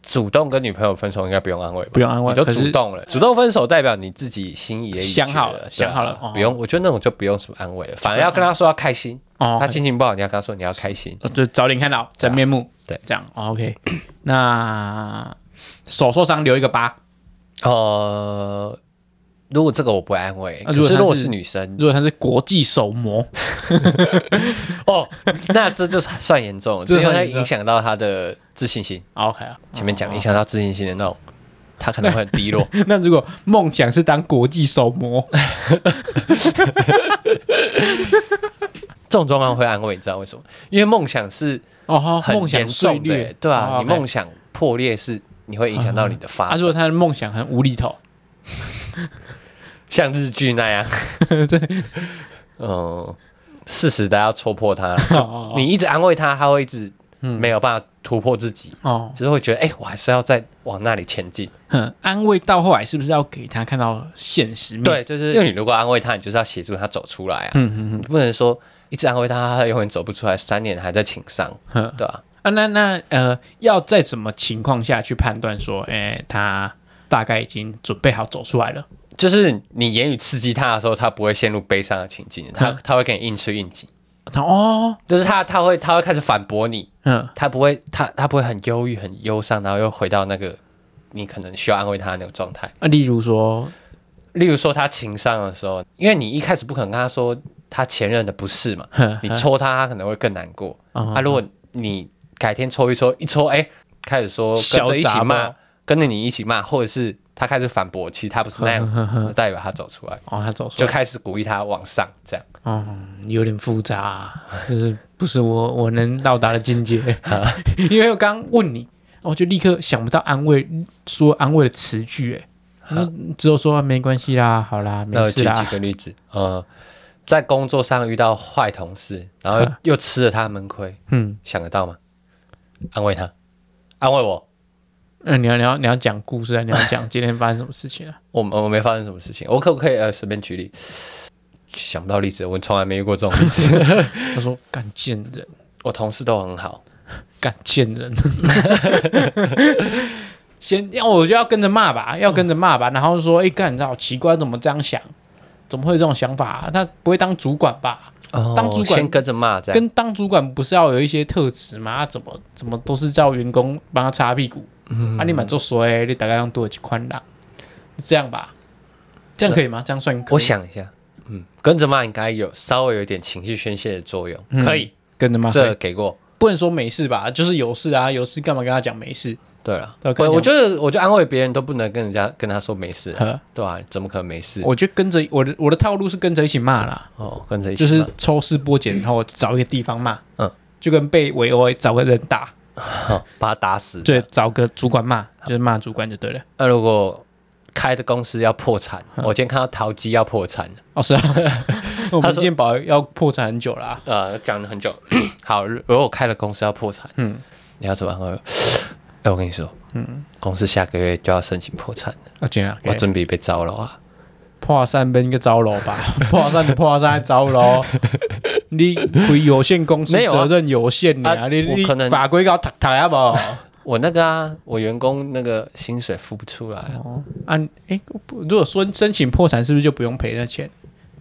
A: 主动跟女朋友分手应该不用安慰吧？
B: 不用安慰，
A: 你都
B: 可是
A: 主动了，主动分手代表你自己心意也已
B: 想好了
A: 决
B: 想好了
A: 对啊
B: 哦
A: 不用，我觉得那种就不用什么安慰了，反而要跟他说要开心，
B: 哦，
A: 他心情不好，你要跟他说你要开心，
B: 呃就早点看到真面目，
A: 对啊
B: 这样、哦 OK。那手受伤留一个疤，哦
A: 呃。如果这个我不安慰，
B: 那
A: 可
B: 啊如果
A: 是
B: 他
A: 如果
B: 是
A: 是女生
B: 如果他是国际
A: [laughs]
B: 手模，
A: 哦， [laughs] 那这就算严重了，
B: 这
A: 这
B: 算
A: 就会
B: 严重
A: 影响到她的自信心。
B: 啊 OK 啊。
A: 前面讲影响到自信心的那种，她可能会很低
B: [laughs]
A: 落。
B: 那如果梦想是当国际手模，
A: 这种状况会安慰，你知道为什么？因为梦想是
B: 哦，好
A: 很
B: 梦想
A: 严
B: 碎
A: 重的
B: 裂
A: 欸，，对
B: 哦
A: 啊，你
B: OK
A: 梦想破裂是你会影响到你的发
B: 啊，
A: 展
B: 如。果他的梦想很无
A: [laughs]
B: 厘头，啊
A: 像日剧那
B: [laughs]
A: 样。 [laughs] 对，嗯，事实的要戳破它。
B: [laughs] 哦嗯
A: 你一直安慰他，他会一直没有办法突破自己，
B: 哦，
A: 就是会觉得，哎、我还是要再往那里前进。
B: 哼，安慰到后来是不是要给他看到现实面？，
A: 对，嗯就是因为你如果安慰他，你就是要协助他走出来啊，
B: 嗯嗯
A: 你不能说一直安慰他，他永远走不出来，三年还在情伤，
B: 哼，
A: 对吧、
B: 啊，那那呃，要在什么情况下去判断说，哎、他大概已经准备好走出来了？
A: 就是你言语刺激他的时候，他不会陷入悲伤的情境，他
B: 嗯
A: 他会跟你硬吃硬挤，
B: 他哦，
A: 就是他他会他会开始反驳你，
B: 嗯，
A: 他不会，他他不会很忧郁、很忧伤，然后又回到那个你可能需要安慰他的那个状态。
B: 啊，例如说，
A: 例如说他情伤的时候，因为你一开始不肯跟他说他前任的不是嘛，
B: 哼
A: 你
B: 哼
A: 抽他，他可能会更难过。
B: 嗯
A: 啊，如果你改天抽一抽，一抽哎、开始说跟着一起
B: 小杂
A: 骂
B: 包，
A: 跟着你一起骂，或者是他开始反驳，其实他不是那样子
B: 哼哼，
A: 代表他走出来，
B: 哦，他走出
A: 就
B: 来，
A: 开始鼓励他往上这样。
B: 嗯，有点复杂、啊 [laughs] 就是不是我我能到达的境界，
A: 啊
B: [laughs] 因为我刚刚问你，我就立刻想不到安慰说安慰的词句、哎。那只有说啊没关系啦，好啦，没
A: 啊那我
B: 事
A: 举几
B: 啦，
A: 个例子，呃，在工作上遇到坏同事，然后
B: 嗯
A: 又吃了他的闷亏，
B: 嗯，
A: 想得到吗？安慰他，安慰我，
B: 那你要你要你要讲故事啊，你要讲今天发生什么事情啊？ [laughs]
A: 我我没发生什么事情，我可不可以呃随便举例？想不到例子，我从来没遇过这种例子。
B: 他说干贱人，
A: 我同事都很好，
B: 干贱人。 [laughs] 先，要我就要跟着骂吧，要跟着骂吧，然后说，哎、干，你知道，奇怪，怎么这样想？怎么会有这种想法、啊？他不会当主管吧？
A: 哦
B: 当主管
A: 先跟着骂这样，
B: 跟当主管不是要有一些特质吗？啊怎么怎么都是叫员工帮他擦屁股？啊，你满做衰，你大概用多几宽啦，这样吧，这样可以吗？这样算可以
A: 我想一下，嗯，跟着骂应该有稍微有一点情绪宣泄的作用，可以，
B: 嗯跟着骂，
A: 这给过。
B: 不能说没事吧？就是有事啊，有事干嘛跟他讲没事？
A: 对了，
B: 对
A: 我
B: 跟你讲
A: 我觉得我就安慰别人都不能跟人家跟他说没事，
B: 呵
A: 对吧、怎么可能没事？
B: 我就跟着我的我的套路是跟着一起骂啦。
A: 哦，跟着一起
B: 就
A: 骂
B: 是抽丝剥茧，然后找一个地方骂，
A: 嗯，
B: 就跟被围殴找个人打，
A: 哦把他打死。
B: 对，，找个主管骂，就是骂主管就对了。
A: 那如果开的公司要破产，
B: 嗯
A: 我今天看到淘机要破产，
B: 哦， [laughs] 是啊，我们健保要破产很久啦、
A: 呃，讲了很久。好，如果我开了公司要破产，
B: 嗯，
A: 你要怎么安慰我？哎，我跟你说，嗯，公司下个月就要申请破产了，
B: 啊，这样
A: 我准备被招了啊！
B: 破产变个招
A: [laughs]
B: 楼吧，破产就破产招楼，你归有限公司
A: 没有啊
B: 责任有限你啊，
A: 啊
B: 你
A: 我
B: 你
A: 可能
B: 法规搞读读啊不？
A: 我那个啊，我员工那个薪水付不出来啊，
B: 啊，哎，不如果说申请破产，是不是就不用赔那钱？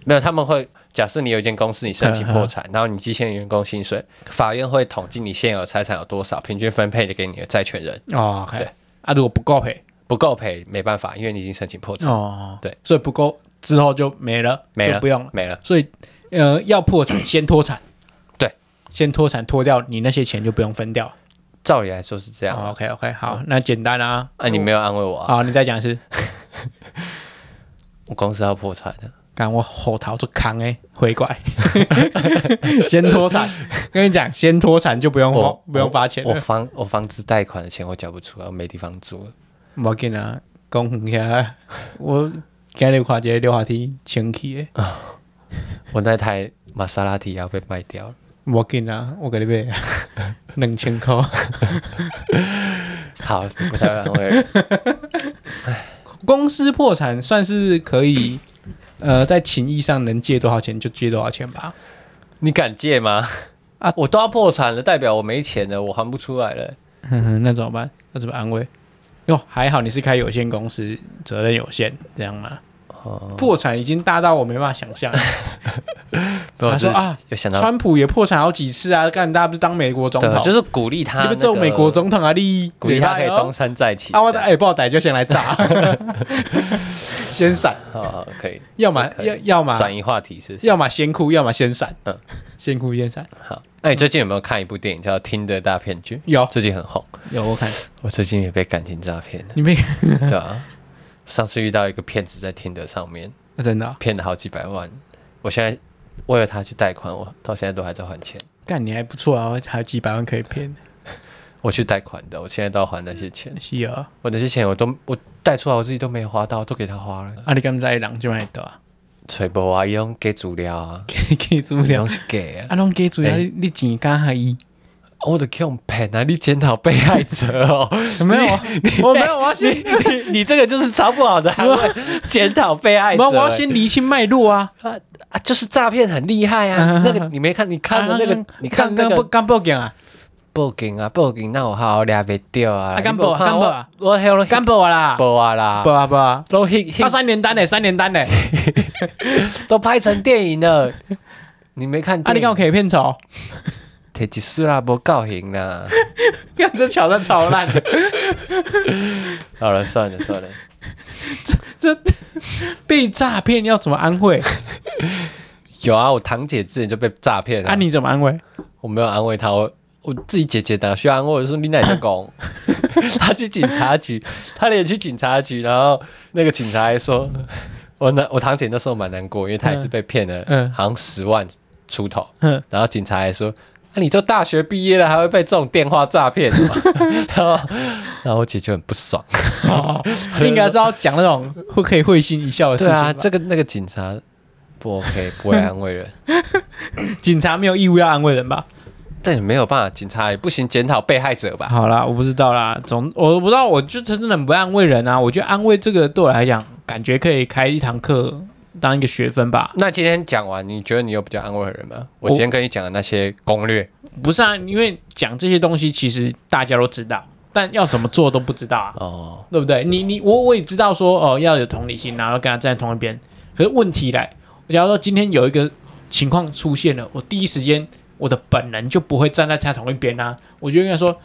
A: 没有，他们会假设你有一间公司，你申请破产，然后你积欠员工薪水，法院会统计你现有财产有多少，平均分配的给你的债权人，
B: 哦，OK，
A: 对
B: 啊，如果不够赔，
A: 不够赔没办法，因为你已经申请破产，
B: 哦，
A: 对，
B: 所以不够之后就没了，
A: 没
B: 就
A: 了，
B: 不用了。
A: 没了，
B: 所以呃，要破产先脱产，
A: [coughs] 对，
B: 先脱产脱掉，你那些钱就不用分掉。哦
A: 照理来说是这样啊，哦
B: o k OK，好，那简单啊。
A: 啊，你没有安慰我啊。
B: 好，你再讲一次。
A: 我公司要破产啊了。
B: 干我后逃就扛哎，回拐， [laughs] 先脱产。哦跟你讲，先脱产就不用花
A: 我，
B: 不用罚钱
A: 我
B: 了。
A: 房我房子贷款的钱我缴不出来，我没地方住了。
B: 我紧啊，讲远遐，我今日看一个溜滑梯清气诶，
A: 我那台玛莎拉蒂要被卖掉了。
B: 无紧啊，我给你买两千块，
A: 好，不太安慰了。
B: [laughs] 公司破产算是可以，呃，在情义上能借多少钱就借多少钱吧。
A: [laughs] 你敢借吗？啊
B: 啊，
A: 我都要破产了，代表我没钱了，我还不出来了。
B: 哼嗯哼，那怎么办？那怎么安慰？哟，还好你是开有限公司，责任有限，这样吗？
A: 哦，
B: 破产已经大到我没办法想象。
A: 不
B: 他说啊，
A: 有想到，
B: 川普也破产好几次啊，干大家不是当美国总统
A: 对，，就是鼓励他
B: 你
A: 那
B: 不
A: 个，
B: 做美国总统啊，你
A: 鼓励他可以东
B: 懂。
A: 山再起这
B: 啊，
A: 样。
B: 我的哎，爆歹就先
A: [laughs]
B: 来炸，先闪，
A: 好好可
B: [laughs]
A: 以
B: 要么
A: 这可以
B: 要要么
A: 转移话题，是不是？
B: 哎要么先哭，要么先闪，
A: 嗯
B: 先哭先闪。
A: 好，那你最近有没有看一部电影叫《听的大骗局》？
B: 有
A: 最近很红。
B: 有，我看
A: 我最近也被感情诈骗了，
B: 你没 [laughs]
A: 对啊，上次遇到一个骗子在听的上面
B: 真的啊
A: 骗了好几百万，我现在为了他去贷款，我到现在都还在还钱。
B: 干你还不错啊，还有几百万可以骗，
A: 我去贷款的，我现在都要还那些钱，
B: 是啊，
A: 我那些钱我都我贷出来，我自己都没花到，都给他花了。
B: 啊你敢不知人就买到啊，
A: 吹波啊，伊用 [laughs] 给主料啊，
B: 给足
A: 伊
B: 了
A: 拢，是给啊，
B: 啊拢给足了，
A: 哎
B: 你你钱敢还伊？
A: 哦我的 Q 骗啊，你检讨被害者哦。
B: 没有啊， [laughs] 我没有，我要先
A: 你你这个就是超不好的行
B: [laughs]
A: 为，检讨被害
B: 没
A: 者。
B: 有，我要
A: 欸
B: 先厘清脉络啊。
A: 啊啊，就是诈骗很厉害啊！
B: [laughs] 啊
A: 那个你没看，你看的那个，你看那
B: 刚不
A: 个
B: 刚报警啊，
A: 报警啊，报警，那我好好抓袂掉啊！
B: 啊
A: 你没
B: 敢报啊
A: 看
B: 敢
A: 我
B: 报啊
A: 我还有
B: 刚报啊啦，
A: 报啊啦
B: 报，啊报啊，
A: 都 hit
B: 啊三连单嘞，三连单欸 [laughs] 嘞，
A: 都拍成电影了，你没看？
B: 啊你
A: 看
B: 刚我，可以骗 [laughs] 丑，
A: 提一丝啦，无告赢啦。
B: 看这桥段超烂的，
A: 好了，算了算了，
B: 被诈骗要怎么安慰？
A: 有啊，我堂姐之前就被诈骗了
B: 啊，你怎么安慰？
A: 我没有安慰她，我我自己姐姐的需要安慰，我说你哪在 [laughs] 讲？她去警察局，她连去警察局，然后那个警察还说，我那我堂姐那时候蛮难过，因为她也是被骗了，
B: 嗯
A: 好像十万出头，
B: 嗯
A: 然后警察还说。那、你都大学毕业了，还会被这种电话诈 [laughs] 骗的吗？然后，然后我姐就很不爽。
B: 哦 [laughs] 应该是要讲那种会可以会心一笑的事
A: 对
B: 情
A: 啊，
B: 吧。
A: 这个那个警察不 OK，不会安慰人。
B: 警察没有义务要安慰人吧？
A: [laughs] 但也没有办法，警察也不行检讨被害者吧？
B: 好啦，我不知道啦，总我不知道，我就真的很不安慰人啊。我觉得安慰这个对我来讲，感觉可以开一堂课当一个学分吧。
A: 那今天讲完，你觉得你有比较安慰人吗？我
B: 我
A: 今天跟你讲的那些攻略，
B: 不是啊，因为讲这些东西其实大家都知道，但要怎么做都不知道啊，
A: 哦，
B: 对不对？你你我我也知道说哦，要有同理心，然后跟他站在同一边。可是问题来，假如说今天有一个情况出现了，我第一时间我的本能就不会站在他同一边啊，我就应该说。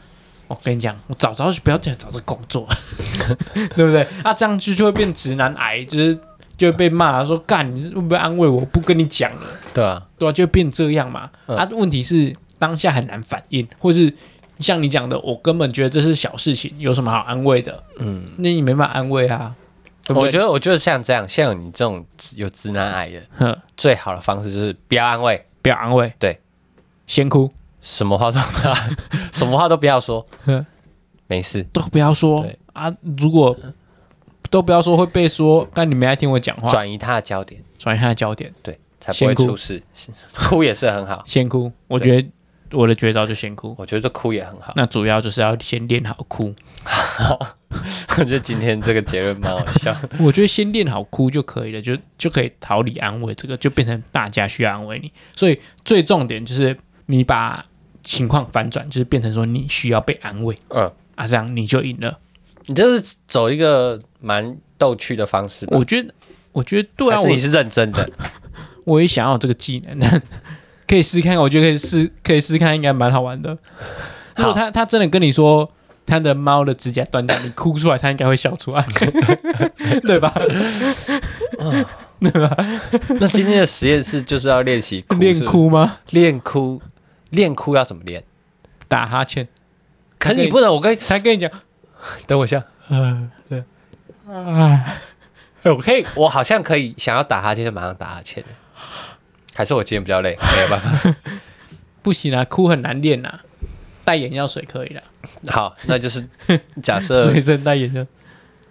B: 我跟你讲，我早知道就不要这样找这工作， [laughs] 对不对？啊，这样就就会变直男癌，就是就会被骂说干，你是会不会安慰我？不跟你讲了。
A: 对啊，
B: 对啊，就会变这样嘛。
A: 嗯
B: 啊，问题是当下很难反应，或是像你讲的，我根本觉得这是小事情，有什么好安慰的？
A: 嗯，
B: 那你没办法安慰啊，对不对？
A: 我觉得我觉得像这样，像你这种有直男癌的，
B: 哼
A: 最好的方式就是不要安慰，
B: 不要安慰，
A: 对，
B: 先哭，
A: 什么话都不
B: [laughs]
A: 要，什么话都不要说
B: 嗯，
A: 没事，
B: 都不要说
A: 对
B: 啊。如果都不要说，会被说，但你没爱听我讲话，
A: 转移他的焦点，
B: 转移他的焦点，
A: 对，才不
B: 先
A: 会
B: 哭
A: 出事。哭也是很好，
B: 先哭。我觉得我的绝招就先哭，
A: 我觉得哭也很
B: [laughs]
A: 好。
B: 那主要就是要先练好哭。
A: 我觉得今天这个结论蛮好笑。
B: 我觉得先练好哭就可以了，就就可以逃离安慰，这个就变成大家需要安慰你。所以最重点就是你把情况反转，就是变成说你需要被安慰
A: 嗯，
B: 啊，这样你就赢了。
A: 你这是走一个蛮逗趣的方式吧，
B: 我觉得，我觉得对啊，
A: 还是你
B: 我
A: 是认真的？
B: 我也想要有这个技能， [laughs] 但可以试试看，我觉得可以试，可以试试看，应该蛮好玩的。如果他他真的跟你说他的猫的指甲断掉，你哭出来，他应该会笑出来， [laughs] 对吧？
A: 那今天的实验室就是要练习哭，
B: 练
A: 是不是
B: 哭吗？
A: 练哭，练哭要怎么练？
B: 打哈欠，
A: 可是
B: 跟
A: 你
B: 你 [laughs]
A: 不能，我跟
B: 他跟你讲。
A: 等我一下，
B: 嗯，对，啊，
A: 哎我可以，我好像可以想要打哈欠就马上打哈 [laughs] 欠，还是我今天比较 [laughs] 累，没有办法。
B: 不行啊，哭很难练啊。带眼药水可以啦，
A: 好，那 [laughs] 就是假设
B: 随身带眼药，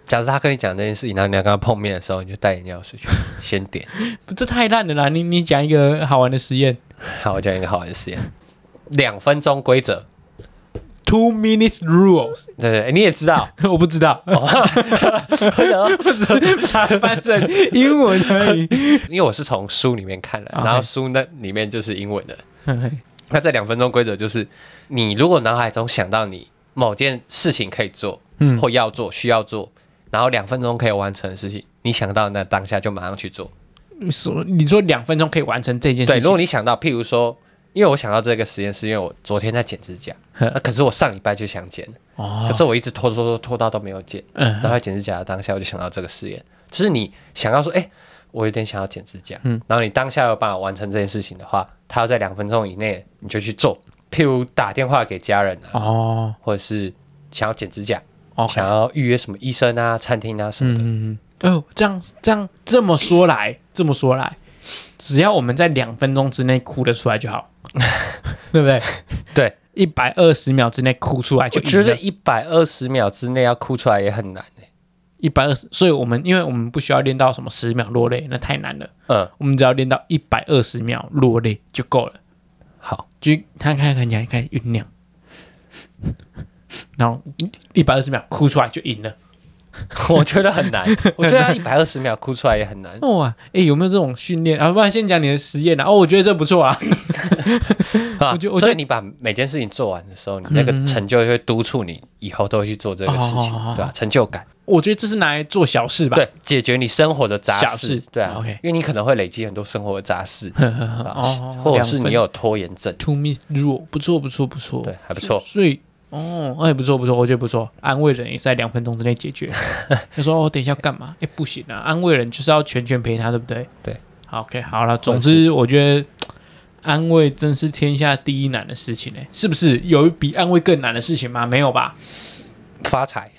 A: 假设他跟你讲这件事情，然后你要跟他碰面的时候，你就带眼药水去先点。
B: 不这太烂了啦！你你讲一个好玩的实验
A: 好，我讲一个好玩的实验，两分钟规则。
B: ，two minutes rules， [laughs]
A: 对对，你也知道，哦
B: 我不
A: [laughs]
B: 知道，
A: 我 [laughs] 想说
B: 翻成英文而已。
A: 因为我是从书里面看的，
B: OK
A: 然后书那里面就是英文的。
B: 哎
A: 那这两分钟规则就是，你如果脑海中想到你某件事情可以做，
B: 嗯
A: 或要做、需要做，然后两分钟可以完成的事情，你想到那当下就马上去做。
B: 你说你说两分钟可以完成这件
A: 对，
B: 事
A: 如果
B: 情，
A: 你想到，譬如说，因为我想到这个实验，是因为我昨天在剪指甲，
B: 呵
A: 那可是我上礼拜就想剪，
B: 嗯哦
A: 可，是我一直拖拖拖拖到都没有剪，然后
B: 嗯，
A: 在剪指甲的当下我就想到这个实验，就是你想要说，哎、我有点想要剪指甲，
B: 嗯
A: 然后你当下有办法完成这件事情的话，它要在两分钟以内你就去做，譬如打电话给家人啊，
B: 哦
A: 或者是想要剪指甲，
B: ，OK，
A: 想要预约什么医生啊、餐厅啊什么的，
B: 嗯嗯嗯，哦，这样这样这么说来，这么说来，只要我们在两分钟之内哭得出来就
A: [laughs]
B: 好，对不对？
A: 对，
B: 一百二十秒之内哭出来就
A: 我觉得一百二十秒之内要哭出来也很难、欸、
B: 一百二十，所以我们因为我们不需要练到什么十秒落泪，那太难了，
A: 嗯，
B: 我们只要练到一百二十秒落泪就够了。
A: 好，
B: 就他看看起来开始酝酿，嗯然后一百二十秒哭出来就赢了。
A: [laughs] 我觉得很难，我觉得要一百二十秒哭出来也很
B: [laughs]
A: 难。
B: 哇，哎，有没有这种训练啊？不然先讲你的实验啊。哦，我觉得这不错啊。
A: 啊，
B: 我觉
A: 所
B: 我觉得
A: 以
B: 嗯
A: 你把每件事情做完的时候，你那个成就会督促你以后都会去做这个事情，
B: 哦
A: 对吧、成就感，
B: 我觉得这是拿来做小事吧。
A: 对，解决你生活的杂
B: 小
A: 事
B: 事，哦
A: 对啊
B: OK
A: 因为你可能会累积很多生活的杂
B: [laughs]
A: 事，啊
B: 哦
A: 或者是你
B: 两
A: 有拖延症，
B: To me rule 不错不错不错，
A: 对，还不错。
B: 所以哦，哎不错不错，我觉得不错，安慰人也是在两分钟之内解决。他说哦，等一下要干嘛？哎不行啊，安慰人就是要全权陪他，对不对？
A: 对，
B: 好 OK 好了，总之我觉得。嘖安慰真是天下第一难的事情呢、哎是不是？有比安慰更难的事情吗？没有吧。
A: 发财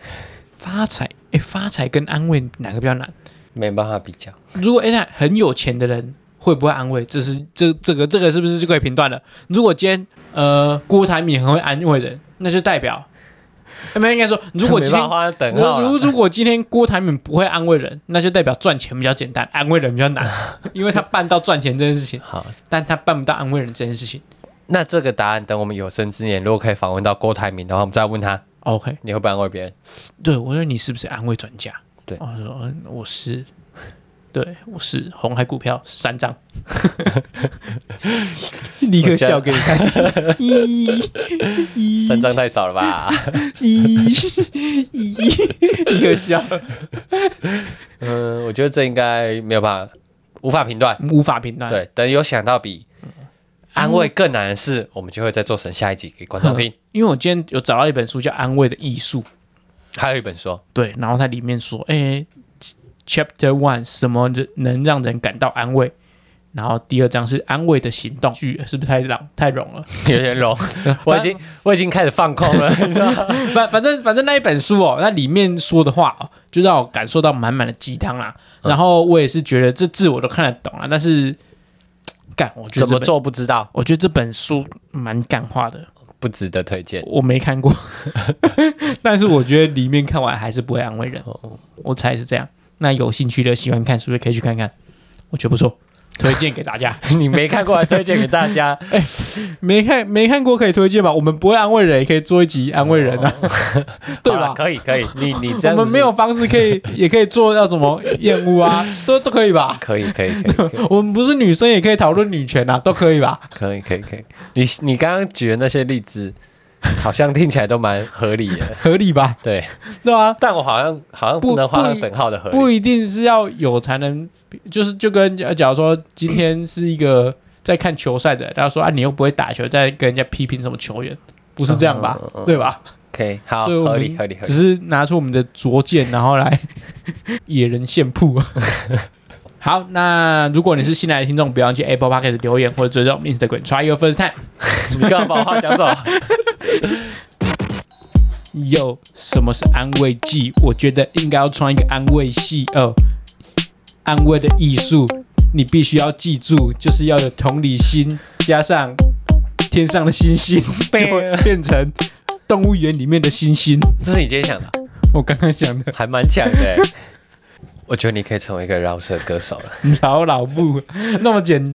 B: 发财，哎、发财跟安慰哪个比较难？
A: 没办法比较，
B: 如果哎、那很有钱的人会不会安慰？这是这这个这个是不是就可以评断了？如果今天呃郭台铭很会安慰人，那就代表，哎没有应该说，如果
A: [laughs]
B: 今
A: 没
B: 天
A: 办法画等号
B: 如如
A: 了，
B: 如果今天郭台铭不会安慰人，那就代表赚钱比较简单，安慰人比较难，因为他办到赚钱这件事情，
A: 好。
B: 但他办不到安慰人这件事情。
A: 那这个答案，等我们有生之年，如果可以访问到郭台铭的话，我们再问他，
B: OK，
A: 你会不会安慰别人？
B: 对我说你是不是安慰专家？
A: 对
B: 我说嗯我是，对我是红海股票
A: [laughs]
B: 三张，立刻笑给你
A: [laughs]
B: 看，咦咦
A: 三张太少了 [laughs] 吧？
B: 咦咦，立
A: [laughs]
B: 刻笑，
A: 嗯，我觉得这应该没有办法，无法评断。
B: 无法评断。
A: 对，等有想到比安慰更难的事，我们就会再做成下一集给观众听。
B: 因为我今天有找到一本书叫《安慰的艺术》，
A: [laughs] 还有一本说，
B: 对，然后它里面说，哎，Chapter One 什么人能让人感到安慰？然后第二章是安慰的行动，句是不是太朗太冗了？
A: 有点 [laughs] 聋，我已经我已经开始放空 [laughs] 了，你知道吗？
B: 反反正反正那一本书哦，那里面说的话哦，就让我感受到满满的鸡汤啦。然后我也是觉得这字我都看得懂啦，但是干，我觉得
A: 怎
B: 这
A: 么
B: 本？
A: 做不知道，
B: 我觉得这本书蛮干话的，
A: 不值得推荐。
B: 我没看过， [laughs] 但是我觉得里面看完还是不会安慰人，我猜是这样。那有兴趣的、喜欢看书的可以去看看，我觉得不错，推荐给大家。
A: [laughs] 你没看过，还推荐给大 [laughs] 家。
B: [laughs] 没看没看过可以推荐吧？我们不会安慰人，也可以做一集安慰人啊， [laughs] 对
A: 好啦
B: 吧？
A: 可以可以，你你这
B: 我
A: 样
B: 们
A: 子
B: 没有方式
A: [laughs]
B: 可以，也可以做要怎么厌恶啊，都都可以吧。
A: 可以可以可以可以
B: 我们不是女生也可以讨论女权啊，都可以吧？
A: 可以可以可以，你你刚刚举的那些例子，好像听起来都蛮合理 [laughs] 的。
B: 合理吧？
A: 对，
B: 对啊，
A: 但我好像好像
B: 不
A: 不能画
B: 不
A: 上
B: 一
A: 等号的合
B: 不
A: 理。
B: 一定是要有才能，就是就跟呃假如说今天是一个在看球赛的，然后说啊你又不会打球，在跟人家批评什么球员，不是这样吧
A: 嗯嗯嗯？嗯嗯
B: 对吧？
A: OK，好，
B: 所以我
A: 合
B: 们
A: 理合理合
B: 只
A: 理。
B: 是拿出我们的拙见，然后来 [laughs] 野人献曝。 [laughs] 好，那如果你是新来的听众，不要忘记 Apple Podcast 留言或者追踪我们 Instagram Try Your First Time。
A: 你干嘛把我话讲走？
B: [laughs] 有什么是安慰剂？我觉得应该要穿一个安慰系哦。安慰的艺术，你必须要记住，就是要有同理心，加上天上的星星，就会变成动物园里面的星星。
A: 这是你今天想的，
B: 我刚刚想的，
A: 还蛮强的欸。我觉得你可以成为一个饶舌歌手了。
B: 老老木那么简